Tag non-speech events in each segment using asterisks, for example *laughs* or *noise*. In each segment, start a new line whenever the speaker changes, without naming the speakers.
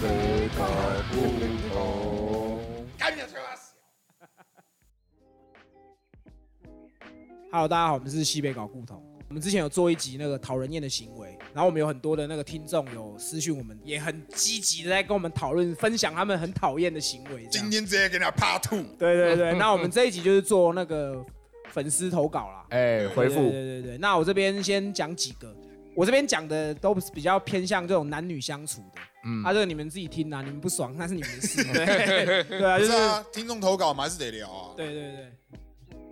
北打不同。
Hello，大家好，我们是西北搞故同。我们之前有做一集那个讨人厌的行为，然后我们有很多的那个听众有私讯我们，也很积极的在跟我们讨论分享他们很讨厌的行为。这样
今天直接给你 Part Two，
对对对， *laughs* 那我们这一集就是做那个粉丝投稿啦。
哎，回
对
复
对对对，那我这边先讲几个，我这边讲的都是比较偏向这种男女相处的。嗯，啊，这个你们自己听啊，你们不爽那是你们的
*laughs*
事。对对啊，
不
就是是
啊，听众投稿我们还是得聊啊。
对对对，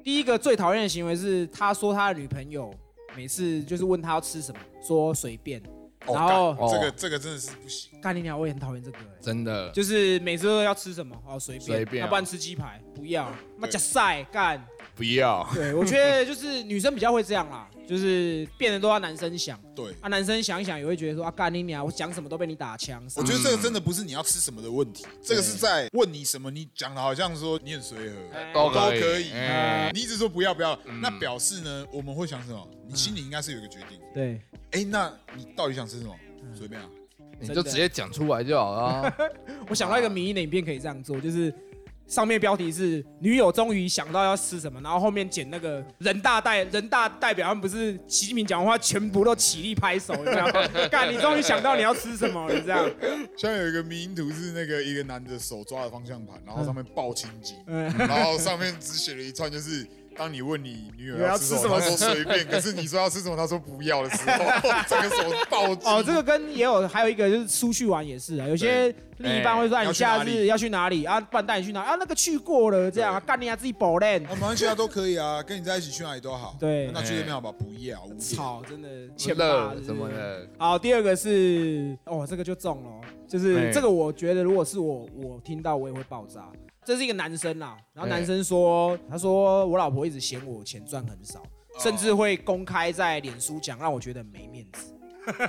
第一个最讨厌的行为是，他说他的女朋友每次就是问他要吃什么，说随便，
哦
然后
干这个
哦
这个真的是不行，
干你娘，我也很讨厌这个、欸。
真的，
就是每次都要吃什么哦，随便，
随便啊
要不然吃鸡排，不要，妈
对
假晒
*laughs*
干。
不要，
对，我觉得就是女生比较会这样啦，就是变得都要男生想
对。
啊，男生想一想也会觉得说啊，干你娘，我讲什么都被你打枪。
我觉得这个真的不是你要吃什么的问题，这个是在问你什么，你讲的好像说你很随和，
哎
都
都可以
可以
哎，
你一直说不要不要，那表示呢，我们会想什么？你心里应该是有一个决定。
对，
哎，那你到底想吃什么？
嗯
随便啊。
你
真
就
的
直接讲出来就好了啊。
我想到一个迷因的影片可以这样做，就是上面标题是“女友终于想到要吃什么”，然后后面剪那个人大代人大代表，他们不是习近平讲话全部都起立拍手，你知道 *laughs* 吗？干，你终于想到你要吃什么了，这样。
像有一个迷因图是那个一个男的手抓着方向盘，然后上面抱青筋，
嗯
然后上面只写了一串，就是当你问你女友要吃什么，
你
她
要吃
说随便，可是你说要吃什么，她说不要的时
*laughs*
候，整个手抱紧。
哦，这个跟也有还有一个就是出去玩也是啊，有些另一半会说啊
哎
你下
要去哪
次
里
要去哪里啊，不然带你去哪啊，那个去过了这样啊，
对
干你还自己保练
哦
啊，。马来西亚都可以啊，跟你在一起去哪里都好。
对
那去那边好吧，不要。无聊，
操，真的
欠
欠骂
乐
是不是
什么的，
好，第二个是哦，这个就中了哦，就是
哎
这个，我觉得如果是我，我听到我也会爆炸。这是一个男生啦，然后
哎
男生说，他说我老婆一直嫌我钱赚很少，
哦
甚至会公开在脸书讲，让我觉得很没面子，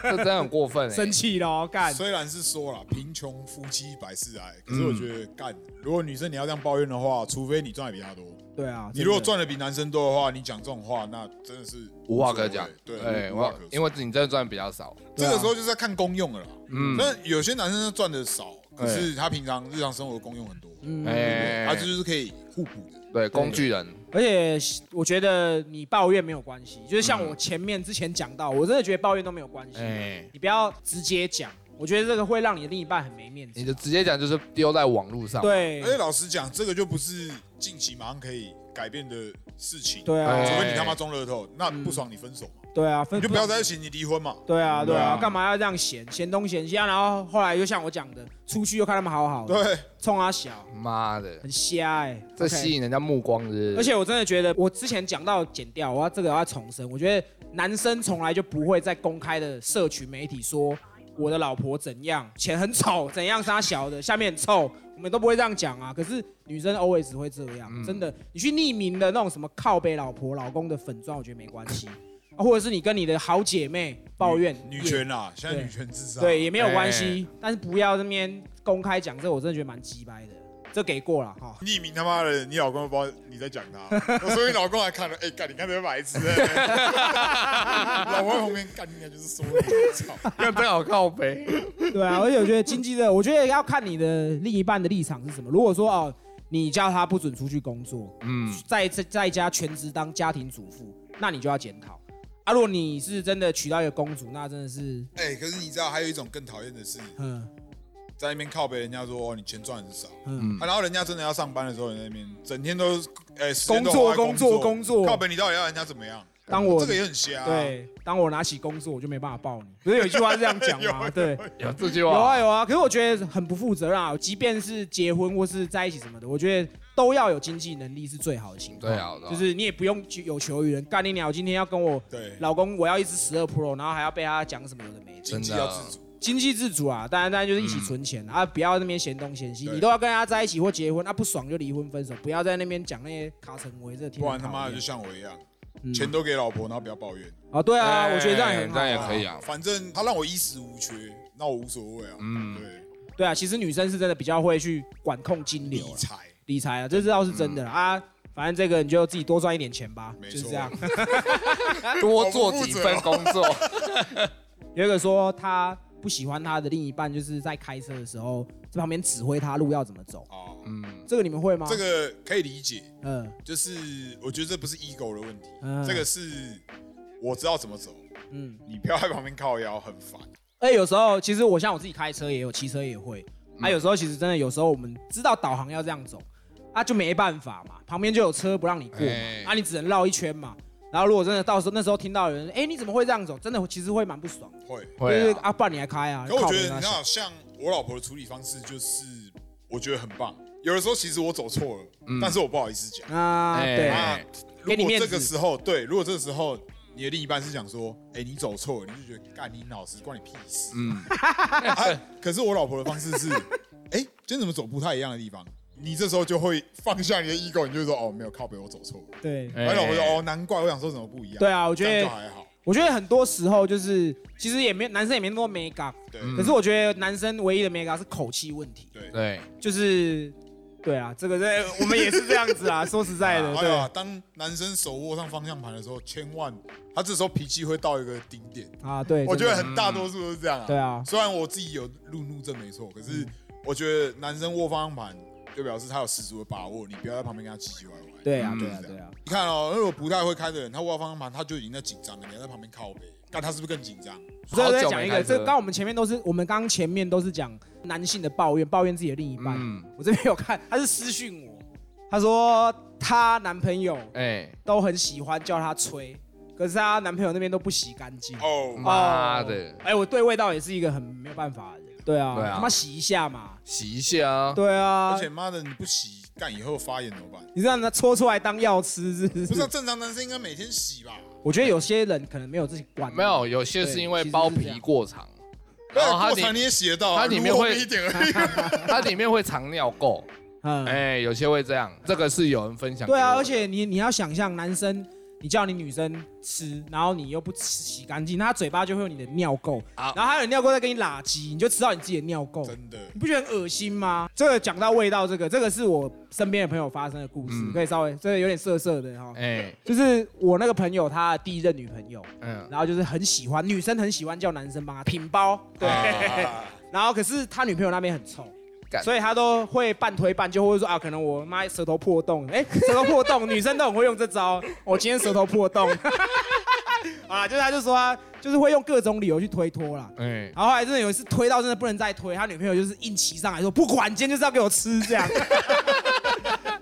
这真的很过分欸。
生气咯，干。
虽然是说了贫穷夫妻百事哀，可是我觉得干，如果女生你要这样抱怨的话，除非你赚的比她多。
对啊，
你如
真
果
的
赚的比男生多的话，你讲这种话，那真的是
无话可
所谓
讲，
对，
哎，
无话
我
可
因为你真的赚比较少，
这
啊
个时候就是在看公用了啦。
嗯，
那有些男生赚的少，可是他平常日常生活的功用很多，
嗯
哎，
他啊就是可以互补的。
对工具人，
而且我觉得你抱怨没有关系，就是像我前面之前讲到，我真的觉得抱怨都没有关系，
嗯哎，
你不要直接讲，我觉得这个会让你的另一半很没面
你
子。
就直接讲就是丢在网络上，
对
而，且老实讲，这个就不是近期马上可以改变的事情。
对啊，
哎
除非你他妈中乐透，那不爽你分手嘛，
对啊，分
你就不要在一起，你离婚嘛。
对啊，对
对
啊
啊，
干嘛要这样嫌嫌东嫌西啊？然后后来又像我讲的，出去又看他们好好的，
对，
冲他小，
妈的，
很瞎哎、
这吸
OK
引人家目光是不是，
*laughs* 而且我真的觉得，我之前讲到剪掉，我要这个我要重申，我觉得男生从来就不会在公开的社群媒体说我的老婆怎样，钱很丑，怎样杀小的，下面很臭，我们都不会这样讲啊。可是女生 always 会这样，真的，你去匿名的那种什么靠背老婆、老公的粉砖，我觉得没关系，啊或者是你跟你的好姐妹抱怨
女
也
权啦，现在
对
女权至上。
对，也没有关系，但是不要这边公开讲这个，我真的觉得蛮鸡掰的，这给过了哈。
匿名他妈的，你老公都不知道你在讲
*laughs*
他，我说你老公还看了，哎、干你看这个白痴、欸，老婆在旁边干，应该就是说你操，
*laughs*
看这好靠背，*laughs*
对啊，而且我觉得经济的，我觉得要看你的另一半的立场是什么。如果说哦，你叫他不准出去工作，
嗯，
在在在家全职当家庭主妇，那你就要检讨。啊，如果你是真的娶到一个公主，那真的是，
哎、可是你知道还有一种更讨厌的是，
嗯
在那边靠北人家说、哦、你钱赚很少、
嗯，
啊然后人家真的要上班的时候，你在那边整天都哎、时间
工
都花
作
在
工作
作
工作。
靠北你到底要人家怎么样？
当我
这个也很瞎、啊，，
对，当我拿起工作，我就没办法抱你。不是有一句话是这样讲吗？
有
对，
有这句
有
话
啊，有啊，可是我觉得很不负责任啊。即便是结婚或是在一起什么的，我觉得都要有经济能力是最好的情况。
对啊对啊
就是你也不用有求于人。干你鸟，今天要跟我
对
老公，我要一只十二 Pro，然后还要被他讲什么有的没的。啊
经济要自主，
经济自主啊，当然当然就是一起存钱啊，不要在那边嫌东嫌西。
嗯对
你都要跟他在一起或结婚，那、啊不爽就离婚分手，不要在那边讲那些卡成为这天。
不然他妈的就像我一样，
嗯
钱都给老婆，然后不要抱怨。
啊，对啊，
哎
我觉得这样也很好、
这样也
啊。
可以啊，
反正他让我衣食无缺，那我无所谓啊。嗯，对，
对啊，其实女生是真的比较会去管控金流
理
啊。
财嗯
理财啊，这是倒是真的啦、啊。反正这个你就自己多赚一点钱吧，
没
就
错
是这样。 *laughs*
*laughs*
多做几份工作，
有一个说他不喜欢他的另一半，就是在开车的时候在旁边指挥他路要怎么走，
哦，
嗯，
这个你们会吗？
这，个可以理解，
嗯
就是我觉得这不是 ego 的问题，
嗯
这个是我知道怎么走，
嗯，
你不要在旁边靠腰，很烦。
哎，有时候其实我像我自己开车也有，骑车也会，
嗯
啊，有时候其实真的有时候我们知道导航要这样走，啊就没办法嘛，旁边就有车不让你过嘛，
哎
啊你只能绕一圈嘛。然后如果真的到时候那时候听到有人，哎你怎么会这样走？真的其实会蛮不爽的，
会。
就是
会啊
啊不然你还开啊，
可我
靠
觉
北
得
那
你知
小
道，像我老婆的处理方式就是，我觉得很棒。有的时候其实我走错了，但是我不好意思讲。
啊
哎
对，
啊，
嗯给
如
你
果
面子
这个时候对，如果这个时候你的另一半是想说，哎，你走错了，你就觉得干你老师关你屁事。
嗯，
*laughs* 啊，可是我老婆的方式是，哎，今天怎么走不太一样的地方？你这时候就会放下你的 ego，你就会说哦，没有靠北，我走错了。
对
哎
然后老婆说哦，难怪我想说怎么不一样。
对啊，我觉
这样
得
就还好。
我觉得很多时候就是，其实也没男生也没那么美感，
对
嗯
可是我觉得男生唯一的美感是口气问题，
对。
对，
就是对啊，这个在我们也是这样
*laughs*
子啊，说实在的，
哎
还有啊，
对
当男生手握上方向盘的时候，千万他这时候脾气会到一个顶点。
啊，对，
我觉
真
得
的
很大多数都是这样啊。
对啊，
虽然我自己有路怒症没错，可是我觉得男生握方向盘就表示他有十足的把握，你不要在旁边跟他唧唧歪歪。
对啊，
嗯
对啊，
就是这
对啊，
你看哦，如果不太会开的人，他握到方向盘他就已经在紧张了，你还在旁边靠背，看他是不是更紧张？
所以我
好
再
久
讲
没
一
开
个，
车
这刚我们前面都是我们刚前面都是讲男性的抱怨，抱怨自己的另一半。
嗯，
我这边有看，他是私讯我，他说她男朋友
哎，
都很喜欢叫她吹，可是她男朋友那边都不洗干净。
哦，
妈的，
哎、我对味道也是一个很没有办法的人。对啊，
对啊
他妈洗一下嘛。
洗一下啊，
对啊
而且，妈的，你不洗干以后发炎怎么办？
你让他搓出来当药吃是不是？
不是啊正常男生应该每天洗吧？
我觉得有些人可能没有自己管。
没有，有些是因为包皮过长，然
然
后
后
它
哎过场你
哦里
也洗得到啊，
它里面会
撸后一点而已。
它里面会藏尿垢，
嗯，
哎，有些会这样，这个是有人分享给我
对
的。
啊，而且你你要想象男生。你叫你女生吃，然后你又不吃洗干净，她嘴巴就会有你的尿垢，
好
然后她有尿垢再跟你拉鸡，你就吃到你自己的尿垢，
真的，
你不觉得很恶心吗？这个讲到味道，这个这个是我身边的朋友发生的故事，
嗯
可以稍微这个有点涩涩的哈，
哎，
就是我那个朋友他的第一任女朋友，
嗯，
然后就是很喜欢女生，很喜欢叫男生帮她品包，对。
啊
然后可是他女朋友那边很臭
干，
所以他都会半推半就，或者说啊，可能我妈舌头破洞，哎，舌头破洞，女生都很会用这招。我今天舌头破洞，啊，就是他就说他就是会用各种理由去推脱啦。
哎，
然后后来真的有一次推到真的不能再推，他女朋友就是硬骑上来说不管，今天就是要给我吃这样。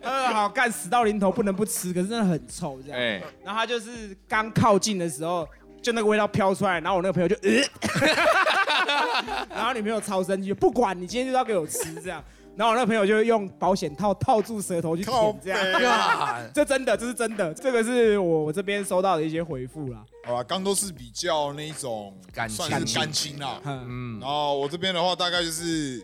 呃，好干，死到临头不能不吃，可是真的很臭这样。
哎，
然后他就是刚靠近的时候，就那个味道飘出来，然后我那个朋友就呃， *laughs* 然后女朋友超生气，不管你今天就是要给我吃这样，然后我那个朋友就用保险套套住舌头去
靠
舔这
背
样。
啊
干
*laughs* 这真的，这是真的，这个是我我这边收到的一些回复啦。
*laughs* 好吧，刚都是比较那一种
感情
算是感情啦。
嗯，
嗯，
然后我这边的话，大概就是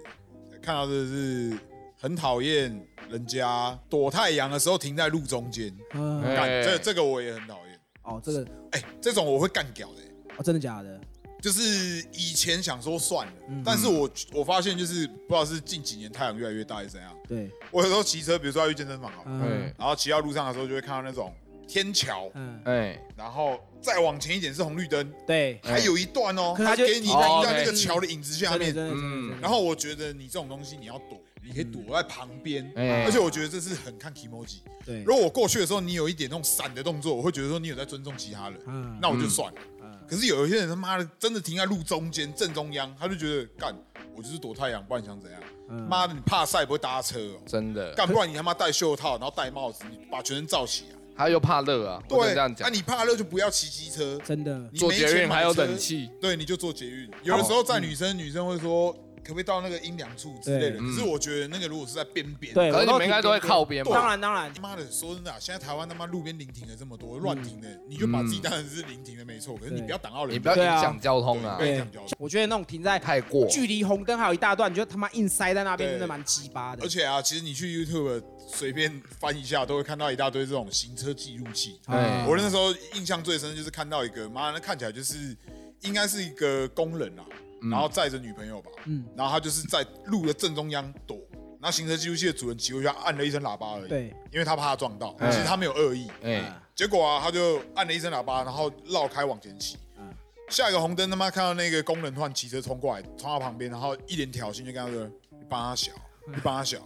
看到的是很讨厌人家躲太阳的时候停在路中间，
嗯
哎
干这这个我也很讨厌。
哦，这个
哎，这种我会干掉的、欸
哦，真的假的？
就是以前想说算了，
嗯
但是我我发现就是不知道是近几年太阳越来越大还是怎样，
对，
我有时候骑车，比如说要去健身房好了，
嗯
对
然后骑到路上的时候就会看到那种天桥，
嗯，
哎，
然后再往前一点是红绿灯，
对，
哎
还有一段哦，
可是它
它
就
给你
一
段一
在
段
那个
嗯
桥的影子下
真的
面
真，的真的
嗯
真的。
然后我觉得你这种东西你要躲，你可以躲在旁边，
嗯
哎
而且我觉得这是很看 emoji。
对，
如果我过去的时候你有一点那种闪的动作，我会觉得说你有在尊重其他人，
嗯
那我就算了。
嗯
可是有一些人他妈的真的停在路中间正中央，他就觉得干，我就是躲太阳，不然你想怎样？
嗯
妈的，你怕晒不会搭车哦？
真的，
干，不然你他妈戴袖套，然后戴帽子，你把全身罩起来。
他又怕热啊，不能
对，
这样
那
讲，
你怕热就不要骑机车，
真的，
你
做
没钱
捷运
买
还有
车
冷气，
对，你就做捷运。有的时候载女生，女生会说可不可以到那个阴凉处之类的。
对
嗯
可是我觉得那个如果是在边边，
对，
可是
我
你们应该都会
听
靠边吧？
当然当然
他，哎妈的，说真的啊、现在台湾他妈路边临停的这么多，乱停的，你就把自己当成是临停的没错，可是你
对
不要挡到人，
你不要
对啊
影响交通啊
对，
对，我觉得那种停在
太过。
距离红灯还有一大段，你就他妈硬塞在那边，
对
真的蛮鸡巴的
而。且啊，其实你去 YouTube 随便翻一下，都会看到一大堆这种行车记录器。
啊
哎
我那时候印象最深就是看到一个，妈，那看起来就是应该是一个工人啊，然后载着女朋友吧，
嗯
然后他就是在路的正中央躲，然后行车记录器的主人骑过去，他按了一声喇叭而已，
对，
因为他怕他撞到，
嗯
其实他没有恶意，
哎，
结果啊，他就按了一声喇叭，然后绕开往前骑。
嗯
下一个红灯，他妈看到那个工人突然骑车冲过来，冲到旁边，然后一脸挑衅，就跟他说：“你帮他小，你
*laughs*
帮他小。”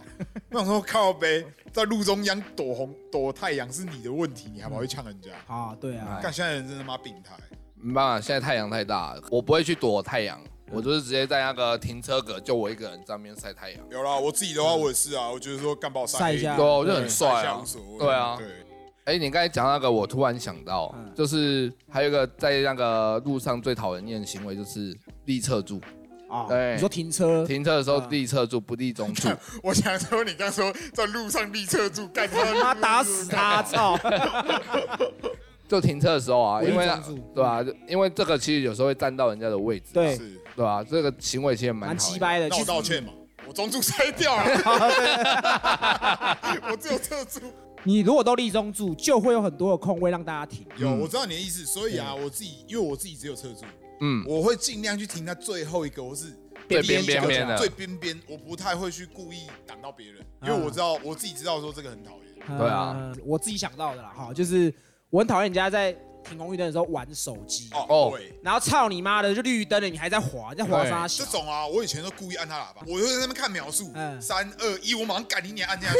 我想说靠呗，在路中央躲红躲太阳是你的问题，你还跑去
*laughs*
呛人家？
啊，对啊，
哎
干现在人真他妈病态，
没办法，现在太阳太大了，我不会去躲太阳，我就是直接在那个停车格就我一个人在那边晒太阳。
有啦，我自己的话我也是啊，我觉得说干爆
晒
晒
一
对
下
啊，
对
我就很帅
晒一下
啊
无。所谓。
对啊
对， *laughs*
哎、你刚才讲那个，我突然想到，
嗯
就是还有一个在那个路上最讨人厌的行为就是立侧柱，
啊，
对
你说停车，
哎停车的时候
嗯
立侧柱不立中柱。
我想说你刚说在路上立侧柱，干他
他
妈
打死
*laughs*
他，操！
就停车的时候啊，
不立
因为
中柱
对啊吧、就因为这个其实有时候会占到人家的位置，
对，
*laughs* 是，
对吧、这个行为其实蛮
蛮
讨
鸡
厌的。
掰的。
那
其
我
实
道歉嘛，我中柱拆
*laughs*
掉了， *laughs* 我只有侧柱。
你如果都立中柱，就会有很多的空位让大家停。
有，
嗯
我知道你的意思，所以啊，我自己因为我自己只有侧柱，
嗯，
我会尽量去停在最后一个，或是
最
第一
边边
个
边的
最边边，我不太会去故意挡到别人，因
啊
为我知道我自己知道说这个很讨厌。
对啊
呃，我自己想到的啦，哈，就是我很讨厌人家在停红绿灯的时候玩手机，
哦
哦，
对，
然后操你妈的，就绿灯了，你还在滑，你在滑啥小？
这种啊，我以前都故意按他喇叭，我就在那边看秒数
嗯，
三二一，我马上赶你脸
*laughs*
按下去。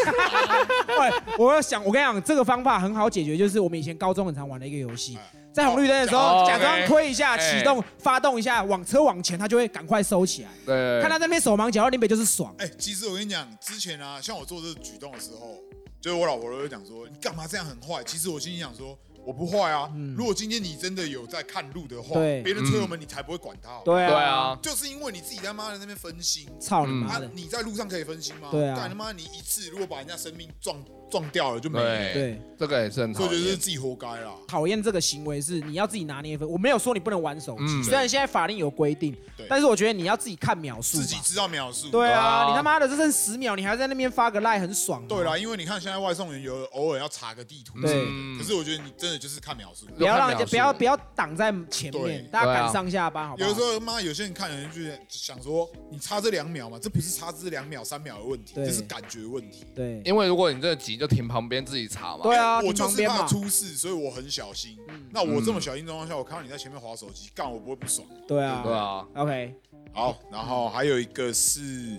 喂，我要想，我跟你讲，这个方法很好解决，就是我们以前高中很常玩的一个游戏
哎，
在红绿灯的时候
哦
假装推一下，
哎
启动发动一下，往车往前，他就会赶快收起来。
对，
看他在那边手忙脚乱，林北就是爽。
哎，其实我跟你讲，之前啊，像我做这个举动的时候，就是我老婆都会讲说，你干嘛这样很坏？其实我心里想说。我不坏啊！如果今天你真的有在看路的话，
嗯对嗯
别人车友们你才不会管他好不好。
对
对啊，
就是因为你自己他妈的那边分心，
操你妈
啊
的！，
你在路上可以分心吗？
对啊
干他妈你一次如果把人家生命撞撞掉了就没了，
对
对，
这个也是很
所
讨
以我觉得是
厌。
自己活该啦。
讨厌这个行为是你要自己拿捏分。我没有说你不能玩手机，
嗯
虽然现在法令有规定
对，
但是我觉得你要自己看秒数吧。
自己知道秒数。
对
对
啊，
啊
你他妈的只剩十秒，你还在那边发个赖，很爽。
对啊啦，，因为你看现在外送员有偶尔要查个地图，
对
可是我觉得你真的就是看秒数。
不要让人家
就看秒数
不要不要挡在前
对
面，大家
对啊
赶上下班，好不
有
好
的时？候妈有些人看人就是想说，你差这两秒嘛，这不是差这两秒三秒的问题，
对
这是感觉问题。
对
因为如果你真的急，就停旁边自己查嘛。
对啊，
哎我
停
就
旁
是
边
怕
嘛。嗯
出事，所以我很小心。那我这么小心的状况下，我看到你在前面划手机，干我不会不爽。
对啊，
对啊，
OK，
好，然后还有一个是，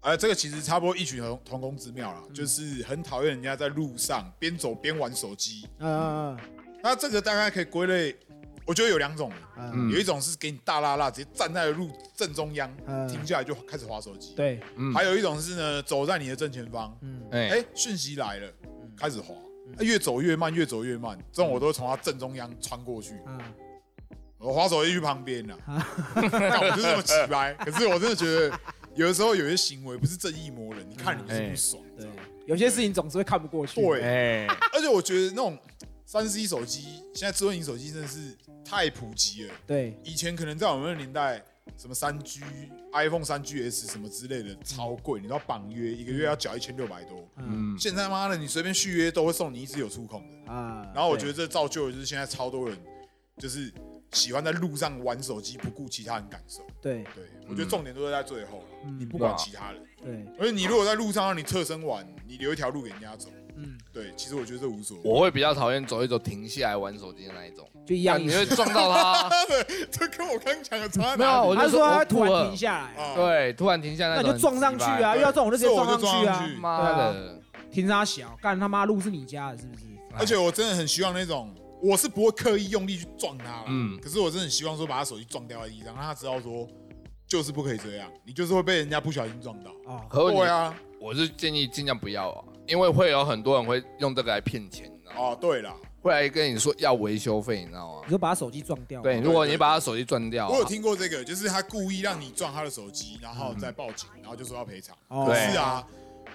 呃，这个其实差不多异曲同同工之妙啦，
嗯
就是很讨厌人家在路上边走边玩手机。
嗯嗯
那这个大概可以归类，我觉得有两种，
嗯
嗯
嗯，
有一种是给你大拉拉，直接站在路正中央，
嗯
停下来就开始划手机；
对，
嗯
还有一种是呢，走在你的正前方，
嗯，
哎，
哎，讯息来了，开始划。啊越走越慢，越走越慢，这种我都会从他正中央穿过去。
嗯
我滑手机去旁边
*laughs*
了，但我就是这么奇掰。 *laughs* 可是我真的觉得，有的时候有些行为不是正义魔人，你看你
嗯
就是不爽。
对，有些事情总是会看不过去。
对，
哎，
*laughs*
而且我觉得那种三 C 手机，现在智慧型手机真的是太普及了。
对
以前可能在我们那个年代，什么三 G、iPhone 三 GS 什么之类的，超贵，你都要绑约，一个月要缴一千六百多。
嗯
嗯，
现在妈的，你随便续约都会送你一支有触控的。
啊，
嗯然后我觉得
对
这造就的就是现在超多人，就是喜欢在路上玩手机，不顾其他人感受。
对
对，我觉得重点都是在最后了，
嗯
你不管
啊
其他人，
对，嗯
而且你如果在路上让你侧身玩，你留一条路给人家走，
嗯，
对，其实我觉得这无所谓。
我会比较讨厌走一走停下来玩手机的那一种，
就一
啊
样意
你
思。
会撞到他。
*laughs*
*laughs*
这跟我刚讲的差
没有
啊，
我
他
就
说
说
他
我
突
吐
然
了
停，下来，
对，突然停下来那
那你就
种
撞
很
上
鸡
去
掰
啊！遇到这种就直接
所以我
撞
就
上去啊
撞上！去
妈的，
停他小，干他妈路是你家的，是不是？
而且我真的很希望那种，我是不会刻意用力去撞他啦，
嗯
可是我真的很希望说把他手机撞掉在地上，让他知道说就是不可以这样，你就是会被人家不小心撞到。
哦，
可
对
我
啊，
我是建议尽量不要啊，因为会有很多人会用这个来骗钱，你知道吗？
哦，对啦，
会来跟你说要维修费，你知道吗
你？就把他手机撞掉。
对，如果你把他手机赚掉啊，
我有听过这个，就是他故意让你撞他的手机，然后再报警，然后就说要赔偿。
哦
可
嗯对
是啊，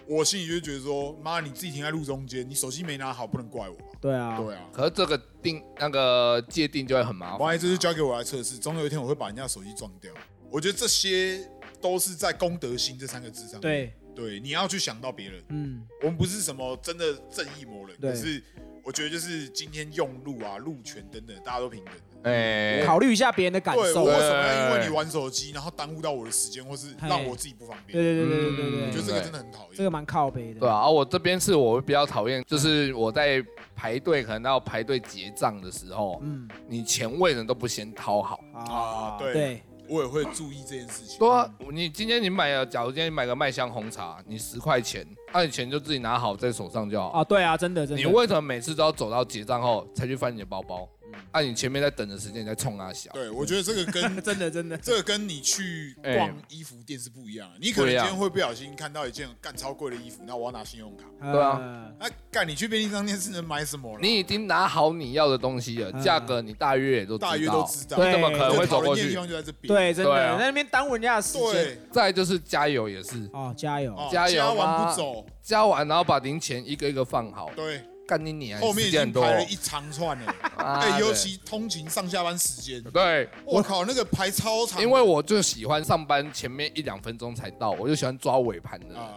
我心里就觉得说，妈，你自己停在路中间，你手机没拿好，不能怪我吧？
对啊，
哦
对啊，
可是这个定那个界定就会很麻
万
烦
一。这是交给我来测试，总有一天我会把人家手机撞掉。我觉得这些都是在公德心这三个字上面。
对，
对，你要去想到别人，
嗯，
我们不是什么真的正义魔人，
对
可是我觉得就是今天用路啊、路权等等，大家都平等的。
哎，
考虑一下别人的感
对，
受
我为
啊。
什么要因为你玩手机，然后耽误到我的时间，或是让我自嗯己不方
对
便？
对对对对对
我觉
对
得，这个真的很讨
这个
厌。
蛮靠背的。
对啊，啊，我这边是我比较讨厌，就是我在排队，可能到排队结账的时候，
嗯
你前位人都不先掏好。
啊，
对
对，
我也会注意这件事情。
对啊，你今天你买了，假如今天你买个麦香红茶，你十块钱，那、你钱就自己拿好在手上就好。
啊对嗯啊，真的真的。
你为什么每次都要走到结账后才去翻你的包包？啊，你前面在等的时间你在冲啊小。
对，我觉得这个
*laughs*
跟
真的真的
这个跟你去逛衣服店是不一样的。你可能
哎不一
今
样
天会不小心看到一件干超贵的衣服，那我要拿信用卡。
对啊
呃，
那干你去便利商店是能买什么啦？
你已经拿好你要的东西了，
嗯
价格你大约也都知道
大约都知道。
你
对
怎么可能会走过
最讨厌的地
去？
方就在这边。
对，真
对
的
啊
在那边耽误人家的时间。
对，
再来就是加油也是，
哦，加油！
哦
加油啊
加完
吗
不走，
加完然后把零钱一个一个放好，
对，
干你你还
后面
哎时间
已经
很多
排了一长串
*laughs*
了。
啊
哎，
对
尤其通勤上下班时间，
对，
我靠，那个排超长的。
因为我就喜欢上班前面一两分钟才到，我就喜欢抓尾盘的。
啊，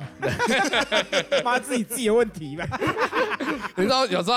妈自己自己的问题吧。
你知道有时候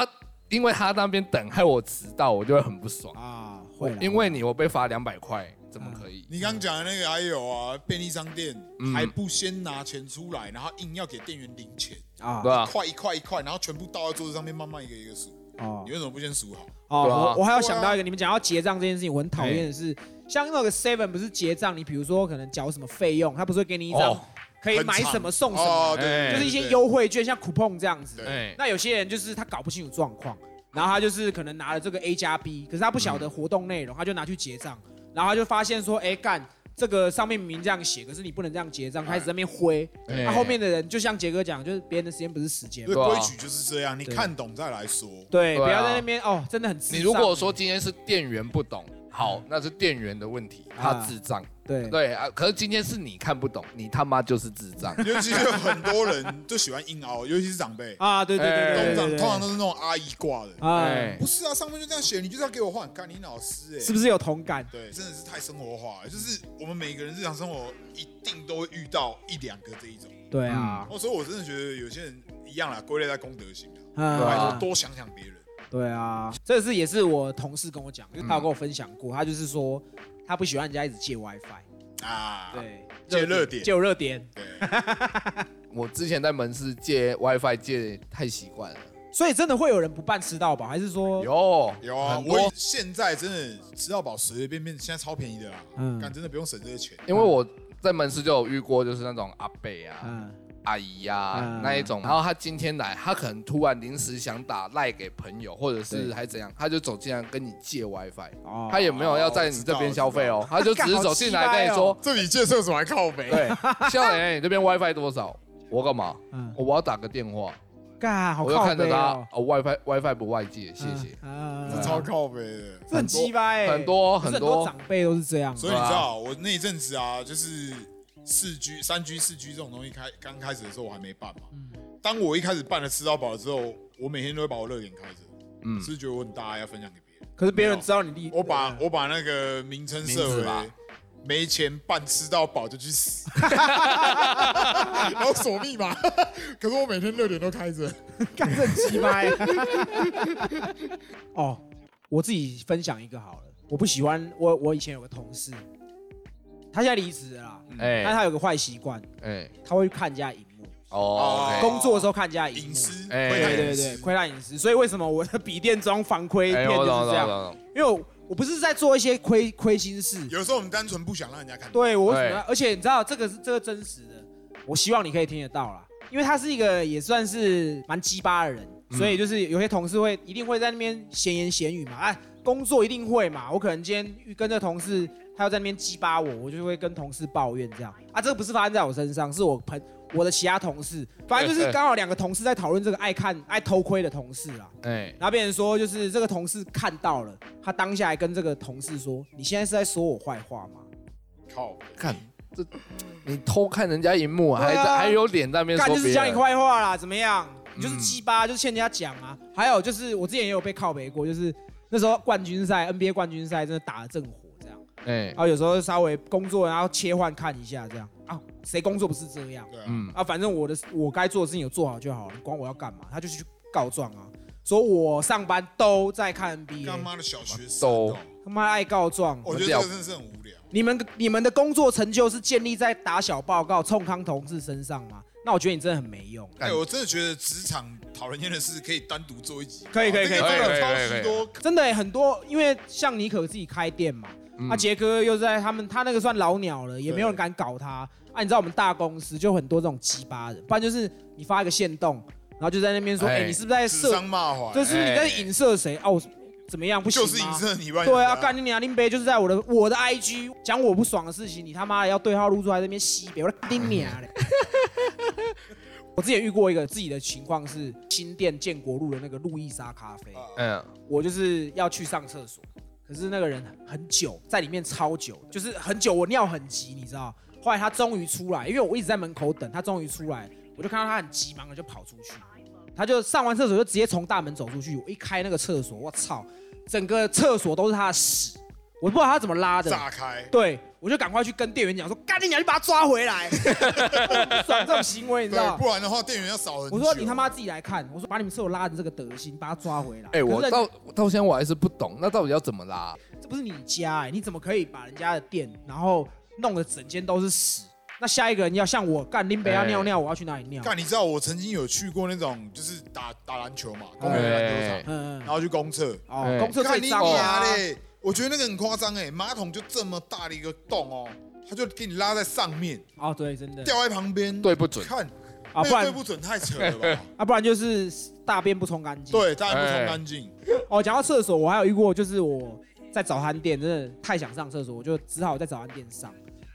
因为他那边等害我迟到，我就会很不爽。
啊，会啦
因为你我被罚两百块，怎么可以？
你刚讲的那个还有啊，便利商店
嗯
还不先拿钱出来，然后硬要给店员零钱，
啊
对吧？
块一块一块，然后全部倒在桌子上面，慢慢一个一个数。
哦
你为什么不先数好？
对啊
哦，我我还有想到一个，你们讲到结账这件事情，我很讨厌的是，像那个 Seven 不是结账，你比如说可能缴什么费用，他不是会给你一张
哦
可以买什么送什
哦
么，啊
对对，
哎
对
就是一
对
些
对
优惠券，像 coupon 这样子。
对
哎，
那有些人就是他搞不清楚状况，然后他就是可能拿了这个 A 加 B，可是他不
嗯
晓得活动内容，他就拿去结账，然后他就发现说，哎干。这个上面明明这样写，可是你不能这样结账，开始在那边挥。
哎
那后面的人就像杰哥讲，就是别人的时间不是时间
对，
嘛，
对啊
规矩就是这样，你
对
看懂再来说。。
对，
对啊
不要在那边哦，真的很智障。
你如果说今天是店员不懂，好，那是店员的问题，他智障。
对
对啊，可是今天是你看不懂，你他妈就是智障
*laughs* 尤其是很多人就喜欢硬凹，尤其是长辈，
啊，对对
哎
对对对
通常
对，
通常都是那种阿姨挂的。
哎
哎，
不是啊，上面就这样写，你就是要给我换，干你老师哎、
是不
是？
是有同感？
对，真的是太生活化了，欸就是我们每个人日常生活一定都会遇到一两个这一种。
对啊，
哦，所以我真的觉得有些人一样啦，归类在功德心啦，
嗯对
拜托
啊，
多想想别人。
对啊，这是也是我同事跟我讲，就是他有跟我分享过，他就是说他不喜欢人家一直借 WiFi，
啊，
对，
借热点
借我热点，
对，
我之前在门市借 WiFi 借太习惯了，
所以真的会有人不办吃到饱，还是
哦
说
有
有啊，
很
我
多，
现在真的吃到饱随随便便，现在超便宜的啦，
嗯
干真的不用省这些钱。
因为我在门市就有遇过，就是那种阿伯啊、
嗯
阿姨呀、
嗯
那一种，然后他今天来，他可能突然临时想打赖给朋友，或者是
对
还怎样，他就走进来跟你借 WiFi，
哦
他也没有要在你这边消费哦，他就只是走进来
哦
跟你说，
这比借厕所还靠北。
对，笑脸你这边 WiFi 多少？我干嘛？
嗯，
我要打个电话，
干好
我就
靠
看着
背
他
哦
啊，，WiFi WiFi 不外借，谢谢。
嗯
这
对啊
超靠北的。
这很鸡掰欸，
很多
不是
很
很
多
长辈都是这样，
所以
啊
你知道，我那一阵子啊，就是四 G、三 G、四 G 这种东西开刚开始的时候，我还没办嘛。
嗯
当我一开始办了吃到饱了之后，我每天都会把我热点开着，
嗯
是，不是觉得我很大要分享给别人。
可是别人知道你啊厉，
我把我把那个名称设
名字
为
吧
没钱办吃到饱就
*laughs*
去死，然后锁密码。可是我每天热点都开着，
干这鸡掰。 *laughs* 哦，我自己分享一个好了，我不喜欢我我以前有个同事，他现在离职了啦，但
哎
他有个坏习惯，
哎，
他会去看人家荧幕，
哦
哎，
工作的时候看人家荧
隐
幕。
私，
哎
窥
对
探
对对，
隐私
窥探隐私，所以为什么我的笔电装防窥片
哎，
就
我
是
懂
这
懂
样？
懂，
因为我我不是在做一些亏亏心事，
有时候我们单纯不想让人家看到。
对我为什么要？而且你知道这个是这个真实的，我希望你可以听得到啦，因为他是一个也算是蛮鸡巴的人，所以就是有些同事会一定会在那边闲言闲语嘛，哎，工作一定会嘛，我可能今天跟这同事他要在那边鸡巴我，我就会跟同事抱怨这样啊，这个不是发生在我身上，是我朋我的其他同事，反正就是刚好两个同事在讨论这个爱看爱偷窥的同事啦。
哎，
然后别人说，就是这个同事看到了，他当下还跟这个同事说：“你现在是在说我坏话吗？”
靠，
看这，你偷看人家荧幕，还
对啊
还有脸在那边
干
说
就是
别
讲你
人，
坏话啦，怎么样？你就是
嗯
鸡巴，就是欠人家讲啊。还有就是我之前也有被靠北过，就是那时候冠军赛 NBA 冠军赛真的打得正火这样，
哎
然，后有时候稍微工作然后切换看一下这样啊，谁工作不是这样
对啊，
嗯，
啊？反正我的我该做的事情有做好就好了，你管我要干嘛？他就去告状啊。说我上班都在看
干
NBA，
妈的小学生
都
哦，
他妈爱告状。
我觉得这个真的是很无聊。
你们你们的工作成就是建立在打小报告冲康同志身上吗？那我觉得你真的很没用。
干
哎，我真的觉得职场讨人厌的事可以单独做一集，
可以可以可以
这个
可
真
以
的
可以
超级多。
真的欸、很多，因为像尼可自己开店嘛，
嗯
啊杰哥又在他们他那个算老鸟了，也没有人敢搞他。啊，你知道我们大公司就很多这种鸡巴人，不然就是你发一个线动，然后就在那边说，哎、
哎
你是不是在
指
射
桑？骂槐，
这是不是你在
哎
影射谁？哦、我怎么样？不行
就
吗
是影射你吧。
对啊，
你
干你娘林杯就是在我的我的 IG 讲我不爽的事情，你他妈的要对号入座，还在那边吸别，我的你娘
*laughs*
嘞！我之前遇过一个自己的情况是新店建国路的那个路易莎咖啡，
哎
嗯，
我就是要去上厕所，可是那个人很久，在里面超久，就是很久，我尿很急，你知道。后来他终于出来，因为我一直在门口等，他终于出来，我就看到他很急忙的就跑出去，他就上完厕所就直接从大门走出去。我一开那个厕所，我操，整个厕所都是他的屎，我不知道他怎么拉的，
炸开，
对我就赶快去跟店员讲说，干你娘，你把他抓回
*laughs*
来，我很不爽这种行为，你知道
对，。不然的话店员要少很久。
啊我说你他妈自己来看，我说把你们厕所拉成这个德行，把他抓回来。
哎，我
可是人家
到我到现在我还是不懂，那到底要怎么拉？
这不是你家哎、你怎么可以把人家的店，然后弄得整间都是屎？那下一个人要像我干林北要
哎
尿尿，我要去哪里尿？
干，你知道我曾经有去过那种就是打打篮球嘛，公园篮球场，
嗯，嗯
然后去公厕，
哦，
哎
公厕
看
最
你
脏的啊
娘！欸嘞！我觉得那个很夸张哎，马桶就这么大的一个洞哦，他就给你拉在上面，
哦，对，真的
吊在旁边，
对不准
看，
啊，
那
不
个对
然
不准太扯了吧？
*laughs* 啊，不然就是大便不冲干净。
对，大家
哎
不冲干净，
哦，讲到厕所，我还有遇过，就是我在早餐店真的太想上厕所，我就只好在早餐店上，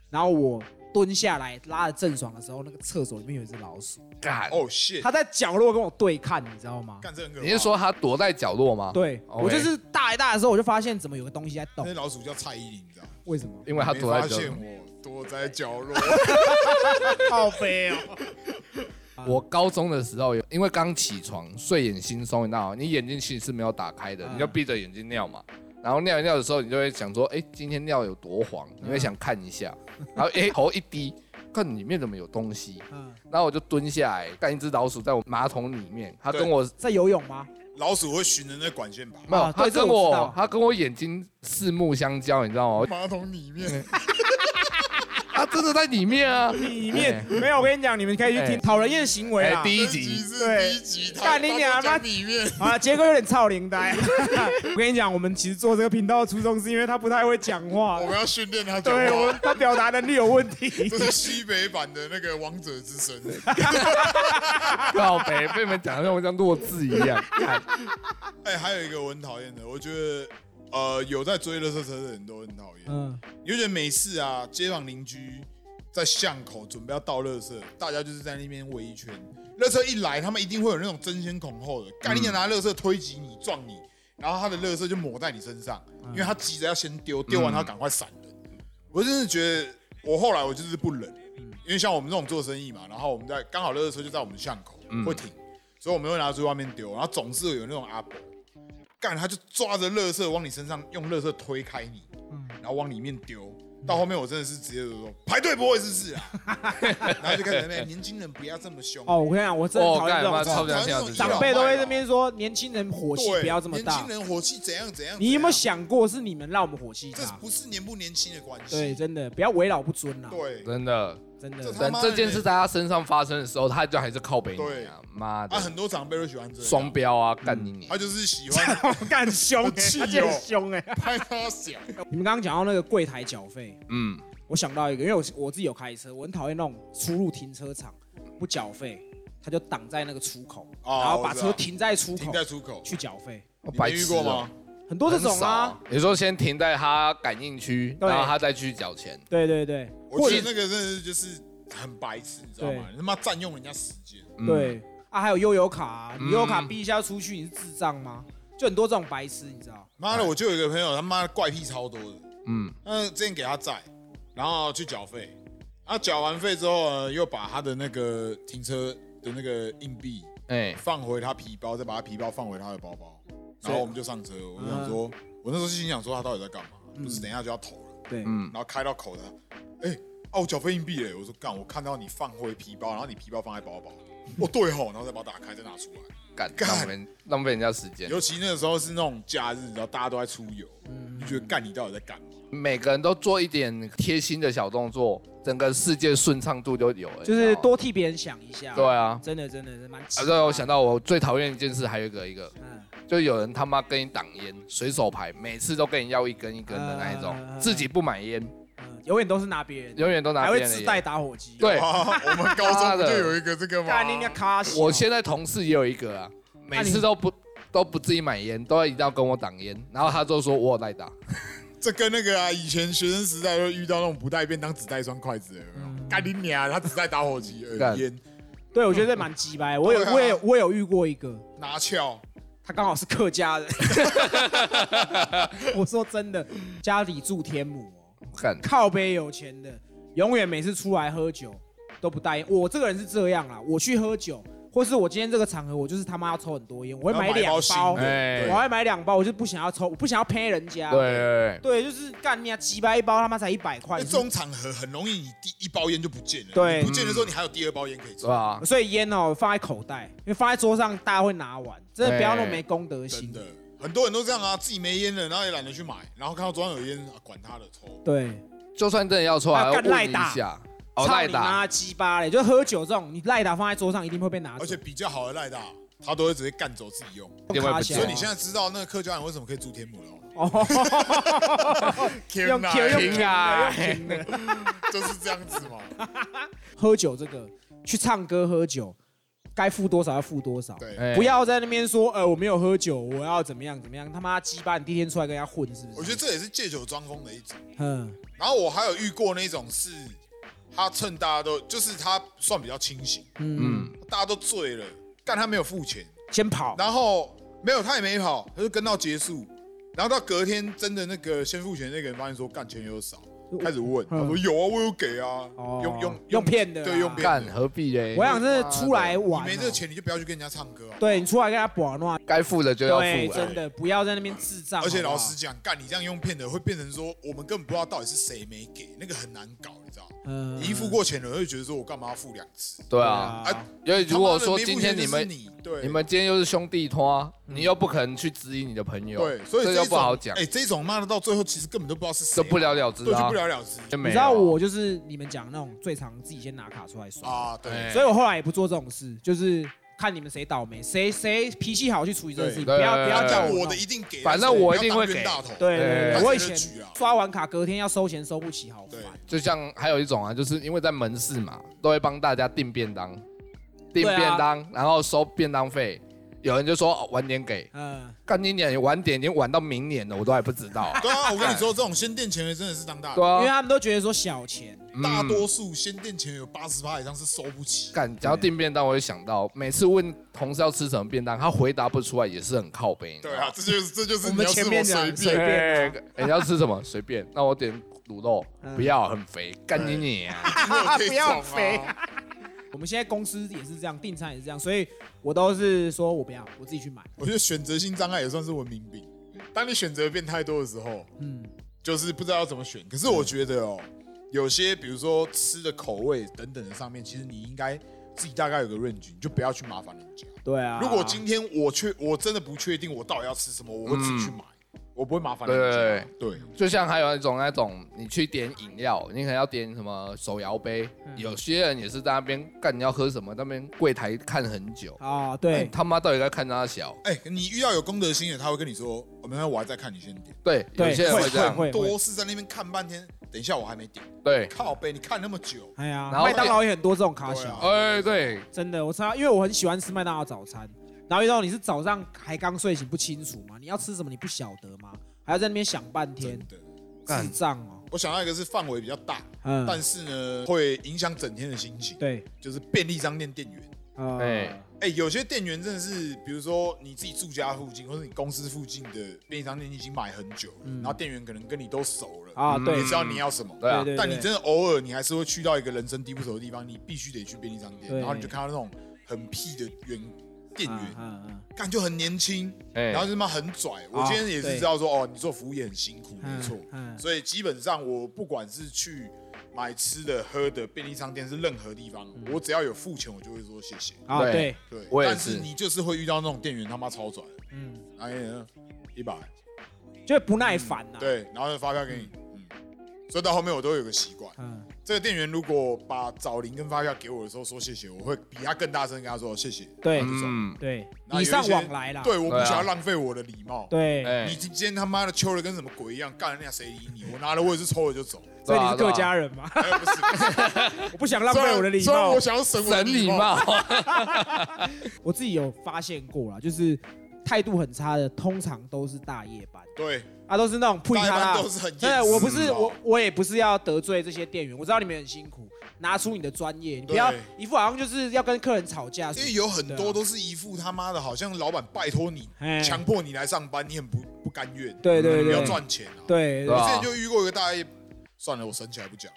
然后我蹲下来拉的正爽的时候，那个厕所里面有一只
*laughs*
老鼠，
干，
哦 shit，
它在角落跟我对看，你知道吗？
干这很可怕。
你是说他躲在角落吗？，
对，
OK
我就是大一大的时候，我就发现怎么有个东西在动
那，老鼠叫蔡依林，你知道吗？
为什么？
因哦 *laughs* 为他
没
躲在
发
角
现
落。
我躲在角落， *laughs*
靠背哦。啊
我高中的时候有，因为刚起床，睡眼惺忪，你知道吗，你眼睛其实是没有打开的，
嗯
你就闭着眼睛尿嘛。然后尿一尿的时候，你就会想说，哎，今天尿有多黄，你
嗯
会想看一下。然后哎，头一低，看里面怎么有东西。
嗯，
然后我就蹲下来，干一只老鼠在我马桶里面，它
对
跟我
在游泳吗？
老鼠会循着那管
*laughs*
线爬，
没有，
啊
它
对这
跟
个我知道
我它跟我眼睛四目相交，你知道吗？
马桶里
嗯
*laughs* 面。
它真的在里面啊！
里
哎
没有，我跟你讲，你们可以去听讨人厌行为啊啦
哎。第一
这
集，
是
对
第一集，他
干你娘
他都讲里
*laughs*
面。
啊，杰哥有点操灵呆。 *laughs* 我跟你讲，我们其实做这个频道的初衷是因为他不太会讲话
我，们要训练他哦讲
对我
话。
他表达能力有问题。
*laughs* 这是西北版的那个王者之
*laughs*
神，
告白被你们讲的像像弱智一样。干
哎，还有一个我很讨厌的，我觉得呃有在追垃圾车的人都很讨厌。
嗯，
你就觉得每次啊，街坊邻居在巷口准备要倒垃圾，大家就是在那边围一圈，垃圾一来，他们一定会有那种争先恐后的，干你娘拿垃圾推挤你撞你，然后他的垃圾就抹在你身上，因为他急着要先丢，丢完他赶快闪人。我真的觉得，我后来我就是不忍，因为像我们这种做生意嘛，然后我们在刚好垃圾车就在我们巷口会停，所以我们会拿出去外面丢，然后总是有那种阿伯。干，他就抓着垃圾往你身上用垃圾推开你，
嗯
然后往里面丢。到后面我真的是直接就说排队不会是事啊， *laughs* 然后就开始那年轻人不要这么凶，
哦，我跟你讲，我真的
哦，
讨厌
干
这
妈
种
超级像这
讨厌
长
种
这。
辈都会这边说，年轻人火气
对，
不要这么
年
大
轻。人火气怎样怎样？
你有没有
怎
想过是你们让我们火气
样？这
大？
不是年不年轻的关系。
对，真的不要为老不尊啦，
对
真的，
真
这
的。
他
等
妈的
这件事在他身上发生的时候，他就还是靠北你啊！妈的
啊，，很多长辈都喜欢这样
双，标啊，
嗯
干你你
他！就是喜欢
*laughs* 干凶欸，
气哦
他真的很凶哎！
*laughs* 拍他小，
你们刚刚讲到那个柜台缴费，
嗯，
我想到一个，因为我我自己有开车，我很讨厌那种出入停车场不缴费，他就挡在那个出口，
哦
然后把
我知
车
道
停在出
停
口
在出口，
去缴费，
你
白
没遇
痴
过
哦
吗？？
很多这种
很少
啊。
啊。你说先停在他感应区，
对
然后他再去缴钱。
对对对，
我觉
或者
得那个真的是就是很白痴，你知道吗？
对
你他妈占用人家时间，
嗯，
对啊，还有悠游卡啊，你
嗯
悠游卡逼一下出去，你是智障吗？就很多这种白痴，你知道？
妈的，我就有一个朋友，他妈的怪癖超多的。
嗯，
嗯，之前给他债，然后去缴费，啊，缴完费之后呢，又把他的那个停车的那个硬币
哎，
放回他皮包，再把他皮包放回他的包包，然后我们就上车。我就想说，我那时候心想说他到底在干嘛？不是等一下就要投了，
对，
嗯，
然后开到口啊的，哎、哦，我缴费硬币嘞！我说干，我看到你放回皮包，然后你皮包放在包包，哦对吼，然后再把它打开，再拿出来。
干
干
浪费浪费人家时间。
尤其那个时候是那种假日，你知道大家都在出游，你觉得干你到底在干嘛？ *laughs*
每个人都做一点贴心的小动作，整个世界顺畅度就有了。
就
你知
是
道吗
多替别人想一下。
对啊。
真的真的是蛮值
啊，
得。
对，我想到我最讨厌一件事，还有一个一个，
嗯，
就有人他妈跟你挡烟，随手牌，每次都跟你要一根一根的那一种，
嗯嗯嗯
自己不买烟，
嗯，永远都是拿别人，
永远都拿
还
别
会
人的
自带
烟。
打火机。
对，
啊我们高中
妈
不
的
就有一个这个吗
干，？你应该卡哦死。
我现在同事也有一个啊，每次都不都不自己买烟，都一定要跟我挡烟，然后他就说我有带打，
这跟那个啊，以前学生时代会遇到那种不带便当只带一双筷子的，有没
嗯
有？干你娘！他只带打火机、
干
呃烟、
对我觉得这蛮鸡掰。我有
嗯对啊
我也我有遇过一个，
拿翘，
他刚好是客家
*laughs*
人。我说真的，家里住天母哦，
看
靠背有钱的，永远每次出来喝酒都不带烟。我这个人是这样啦，我去喝酒，或是我今天这个场合，我就是他妈要抽很多烟，我会
然后
买
买
两
包新
包
的，
哎
我
对
还买两包，我就不想要抽，我不想要赔人家。
对对
对，就是干你啊，几百一包他妈才一百块
那，这种场合很容易，你第一包烟就不见了。
对嗯
你不见的时候，你还有第二包烟可以
是
抽。
吧？
所以烟哦放在口袋，因为放在桌上大家会拿完，真的不要那么没公德
哎真
心。
的，很多人都这样啊，自己没烟了，然后也懒得去买，然后看到桌上有烟，啊管他的，抽。
对，
就算真的要出来，
啊
要
干赖
问一
打
下，哦
操
赖
你
打，
妈鸡巴嘞！就喝酒这种，你赖打放在桌上一定会被拿走，
而且比较好的赖大，他都会直接干走自己用。
另外不见
所以你现在知道那个客家人为什么可以住天母了哦。
哦， *laughs* 用 Q 用 Q
停啊
用停的。
*laughs* 就是这样子嘛。
*laughs* 喝酒这个，去唱歌喝酒，该付多少要付多少，
对，
哎
不要在那边说呃我没有喝酒，我要怎么样怎么样，他妈鸡巴你第一天出来跟人家混是不是？
我觉得这也是借酒装疯的一种。
嗯，
然后我还有遇过那种是，他趁大家都就是他算比较清醒，
嗯嗯，
嗯，
大家都醉了，但他没有付钱，
先跑，
然后没有他也没跑，他就跟到结束。然后到隔天，真的那个先付钱那个人发现说干钱有
*laughs*
少，开始问，他说有啊，我有给啊，
嗯哦
用用
用骗的啊
对，用骗
干
的。
何必嘞？
我想是出来
你
玩哦，
没这个钱，你就不要去跟人家唱歌啊。
对你出来跟他玩的话，
该付啊的就要
对，
付
真
了，
的不要在那边智障。
而且
好不好
老实，讲，干你这样用骗的，会变成说我们根本不知道到底是谁没给，那个很难搞，你知道吗？
嗯
你一付过钱了，会觉得说我干嘛要付两次？
对啊。
啊，
因为如果说
他妈的没
今
付
天
钱
你
就是
们
你对嗯
你们今天又是兄弟拖，你又不可能去质疑你的朋友，
对，所以
这
种
就不好讲
哎，，这种骂的到最后其实根本都不知道是谁
就
嘛，
不了了之
对，就
啊
不，了了之
就没
你
有
知道我就是你们讲那种最常自己先拿卡出来算，
啊，
哎
对，
所以我后来也不做这种事，就是看你们谁倒霉，谁谁脾气好去处理这个事情，不
对
要
对
不要
对
叫
但
对
我
我
弄
的一定给，
反正
但是
我
你
一定
不要
会哎
当冤
给
大头，
对对
对
对，我以
他
前
只是举啊
刷完卡隔天要收钱收不起，好
对
烦。
就像还有一种啊，就是因为在门市嘛，都会帮大家订便当，订
对啊
便当，然后收便当费。有人就说哦晚点给，
嗯，
干你点晚点已经晚到明年了，我都还不知道。
*laughs* 对啊，我跟你说，这种先垫钱的真的是当大
哎对
头，
因为
啊，
他们都觉得说小钱，
嗯
大多数先垫钱有八十趴以上是收不起，
干讲到订便当，我就想到每次问同事要吃什么便当，他回答不出来也是很靠背。你知道
对
吗
啊，这就是这就是
我
你
们
要
前
吃
面
我随
讲
便。
哎
便啊，
哎你要吃什么？随便。那我点卤肉
嗯，
不要，很肥。干你你啊！
*laughs* 不要肥。啊我们现在公司也是这样，订餐也是这样，所以我都是说我不要，我自己去买。
我觉得选择性障碍也算是文明病。当你选择变太多的时候，
嗯，
就是不知道要怎么选。可是我觉得哦，有些比如说吃的口味等等的上面，其实你应该自己大概有个 range，你就不要去麻烦人家。
对啊。
如果今天我确我真的不确定我到底要吃什么，我会自己去买，我不会麻烦人家。对，
就像还有一种那种，你去点饮料，你可能要点什么手摇杯，
嗯
有些人也是在那边干，你要喝什么？那边柜台看很久，
啊，
哎
对
他妈到底在看他小？
哎、你遇到有公德心的，他会跟你说：“我没关系，我还在看，你先点。
对，
对
有些人
会
会这样
会，会
多是在那边看半天，等一下我还没点，
对，
靠背，你看那么久，
哎呀，
然后
麦当劳也很多这种卡
对啊
小。
哎对，
真的，我知道，因为我很喜欢吃麦当劳早餐。然后遇到你是早上还刚睡醒不清楚嘛，你要吃什么你不晓得吗？还要在那边想半天，
真的。
干
智障哦。
我想到一个是范围比较大， *laughs*
嗯，
但是呢，会影响整天的心情。
对，
就是便利商店店员。
呃
哎，
哎、有些店员真的是，比如说你自己住家附近，或者你公司附近的便利商店，你已经买很久了，然后店员可能跟你都熟了，
嗯啊，
嗯
对
也，知道你要什么。
对啊
对对
但你真的偶尔，你还是会去到一个人生地不熟的地方，你必须得去便利商店，
对
然后你就看到那种很屁的员店员，
嗯嗯
干、就很年轻，
哎
然后就他妈很拽。我
啊
今天也是
对
知道说，哦，你做服务也很辛苦，
嗯，
没错。
嗯，
所以基本上我不管是去买吃的、喝的，便利商店是任何地方，
嗯
我只要有付钱，我就会说谢谢。
啊，
对
对，
对，
我也
但是
是
你就是会遇到那种店员他妈超拽，
嗯，
哎呀，一百，
啊就不耐烦啊呐。，
对，然后就发票给你，嗯，所以到后面我都有个习惯，
嗯，
这个店员如果把找零跟发票给我的时候说谢谢，我会比他更大声跟他说谢谢。
对
嗯，
对，
然后有
礼
一些
尚往来啦。
对，我不
对啊
想要浪费我的礼貌。
对，
哎
嗯你，今天他妈的秋的跟什么鬼一样，干人家谁理你？我拿了我也是抽了就走，
所以你是
对啊
客家人嘛？
哎不是？
*laughs* 我不想浪费我的礼
虽然
貌
我。想要省我的
神
礼
礼，
*laughs*
貌，
我自己有发现过啦，就是态度很差的，通常都是大夜班，
对，
啊，都是那种不
大
他
家
啦
都。是很
真
厌
的，
世
我不是
的哦
我，我也不是要得罪这些店员，我知道你们很辛苦，拿出你的专业，你不要
对
一副好像就是要跟客人吵架。
因为有很
对啊
多都是一副他妈的，好像老板拜托你，
哎
强迫你来上班，你很不不甘愿，
对对
你要
对
赚钱啊。
对
对
我
吧
对
之前就遇过一个大爷，算了，我省起来
*laughs*
不讲。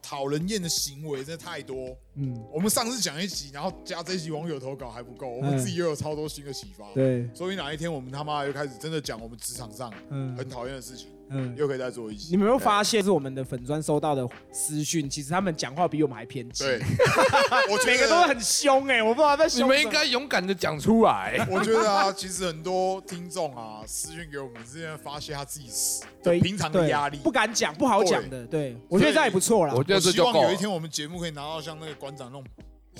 讨人厌的行为真的太多。
嗯，
我们上次讲一集，然后加这一集网友投稿还不够，我们
嗯
自己又有超多新的启发。
对，
所以哪一天我们他妈又开始真的讲我们职场上很
嗯
讨厌的事情，
嗯。
又可以再做一集
你。们有没有发现，是我们的粉砖收到的私讯，其实他们讲话比我们还偏激， *laughs*
对，我觉
每个都
得，
很凶哎，我不知道在凶
你
什么。
们应该勇敢的讲出
*laughs*
来。
我觉得啊，其实很多听众啊私讯给我们，是因为发泄他自己
对
平常的
对
压力。
不敢讲，不好讲的。对，我觉得这样也不错啦。
我觉得
我
这
希
就
望
够
有
了
一。天我们节目可以拿到像那个馆长那种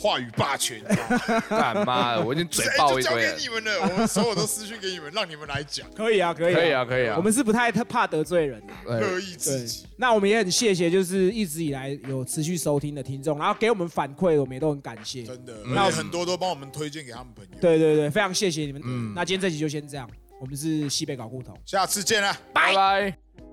话语
*laughs*
霸权，你知道吗
干妈的，我已经嘴
*laughs* 哎
爆
就
一
交
堆
给
了。
你们了，我们所有都私讯给你们，让你们来讲，
可以啊，可以，
可以啊，可以啊。哎
我们是不太怕得罪人的。
对
乐意自
对
己。，
那我们也很谢谢，就是一直以来有持续收听的听众，然后给我们反馈，我们也都很感谢。
真的，
嗯
而且很多都帮我们推荐给他们朋友。，
对对对，非常谢谢你们。
嗯
那今天这集就先这样，我们是西北搞胡同。
下次见啦。啊
拜拜。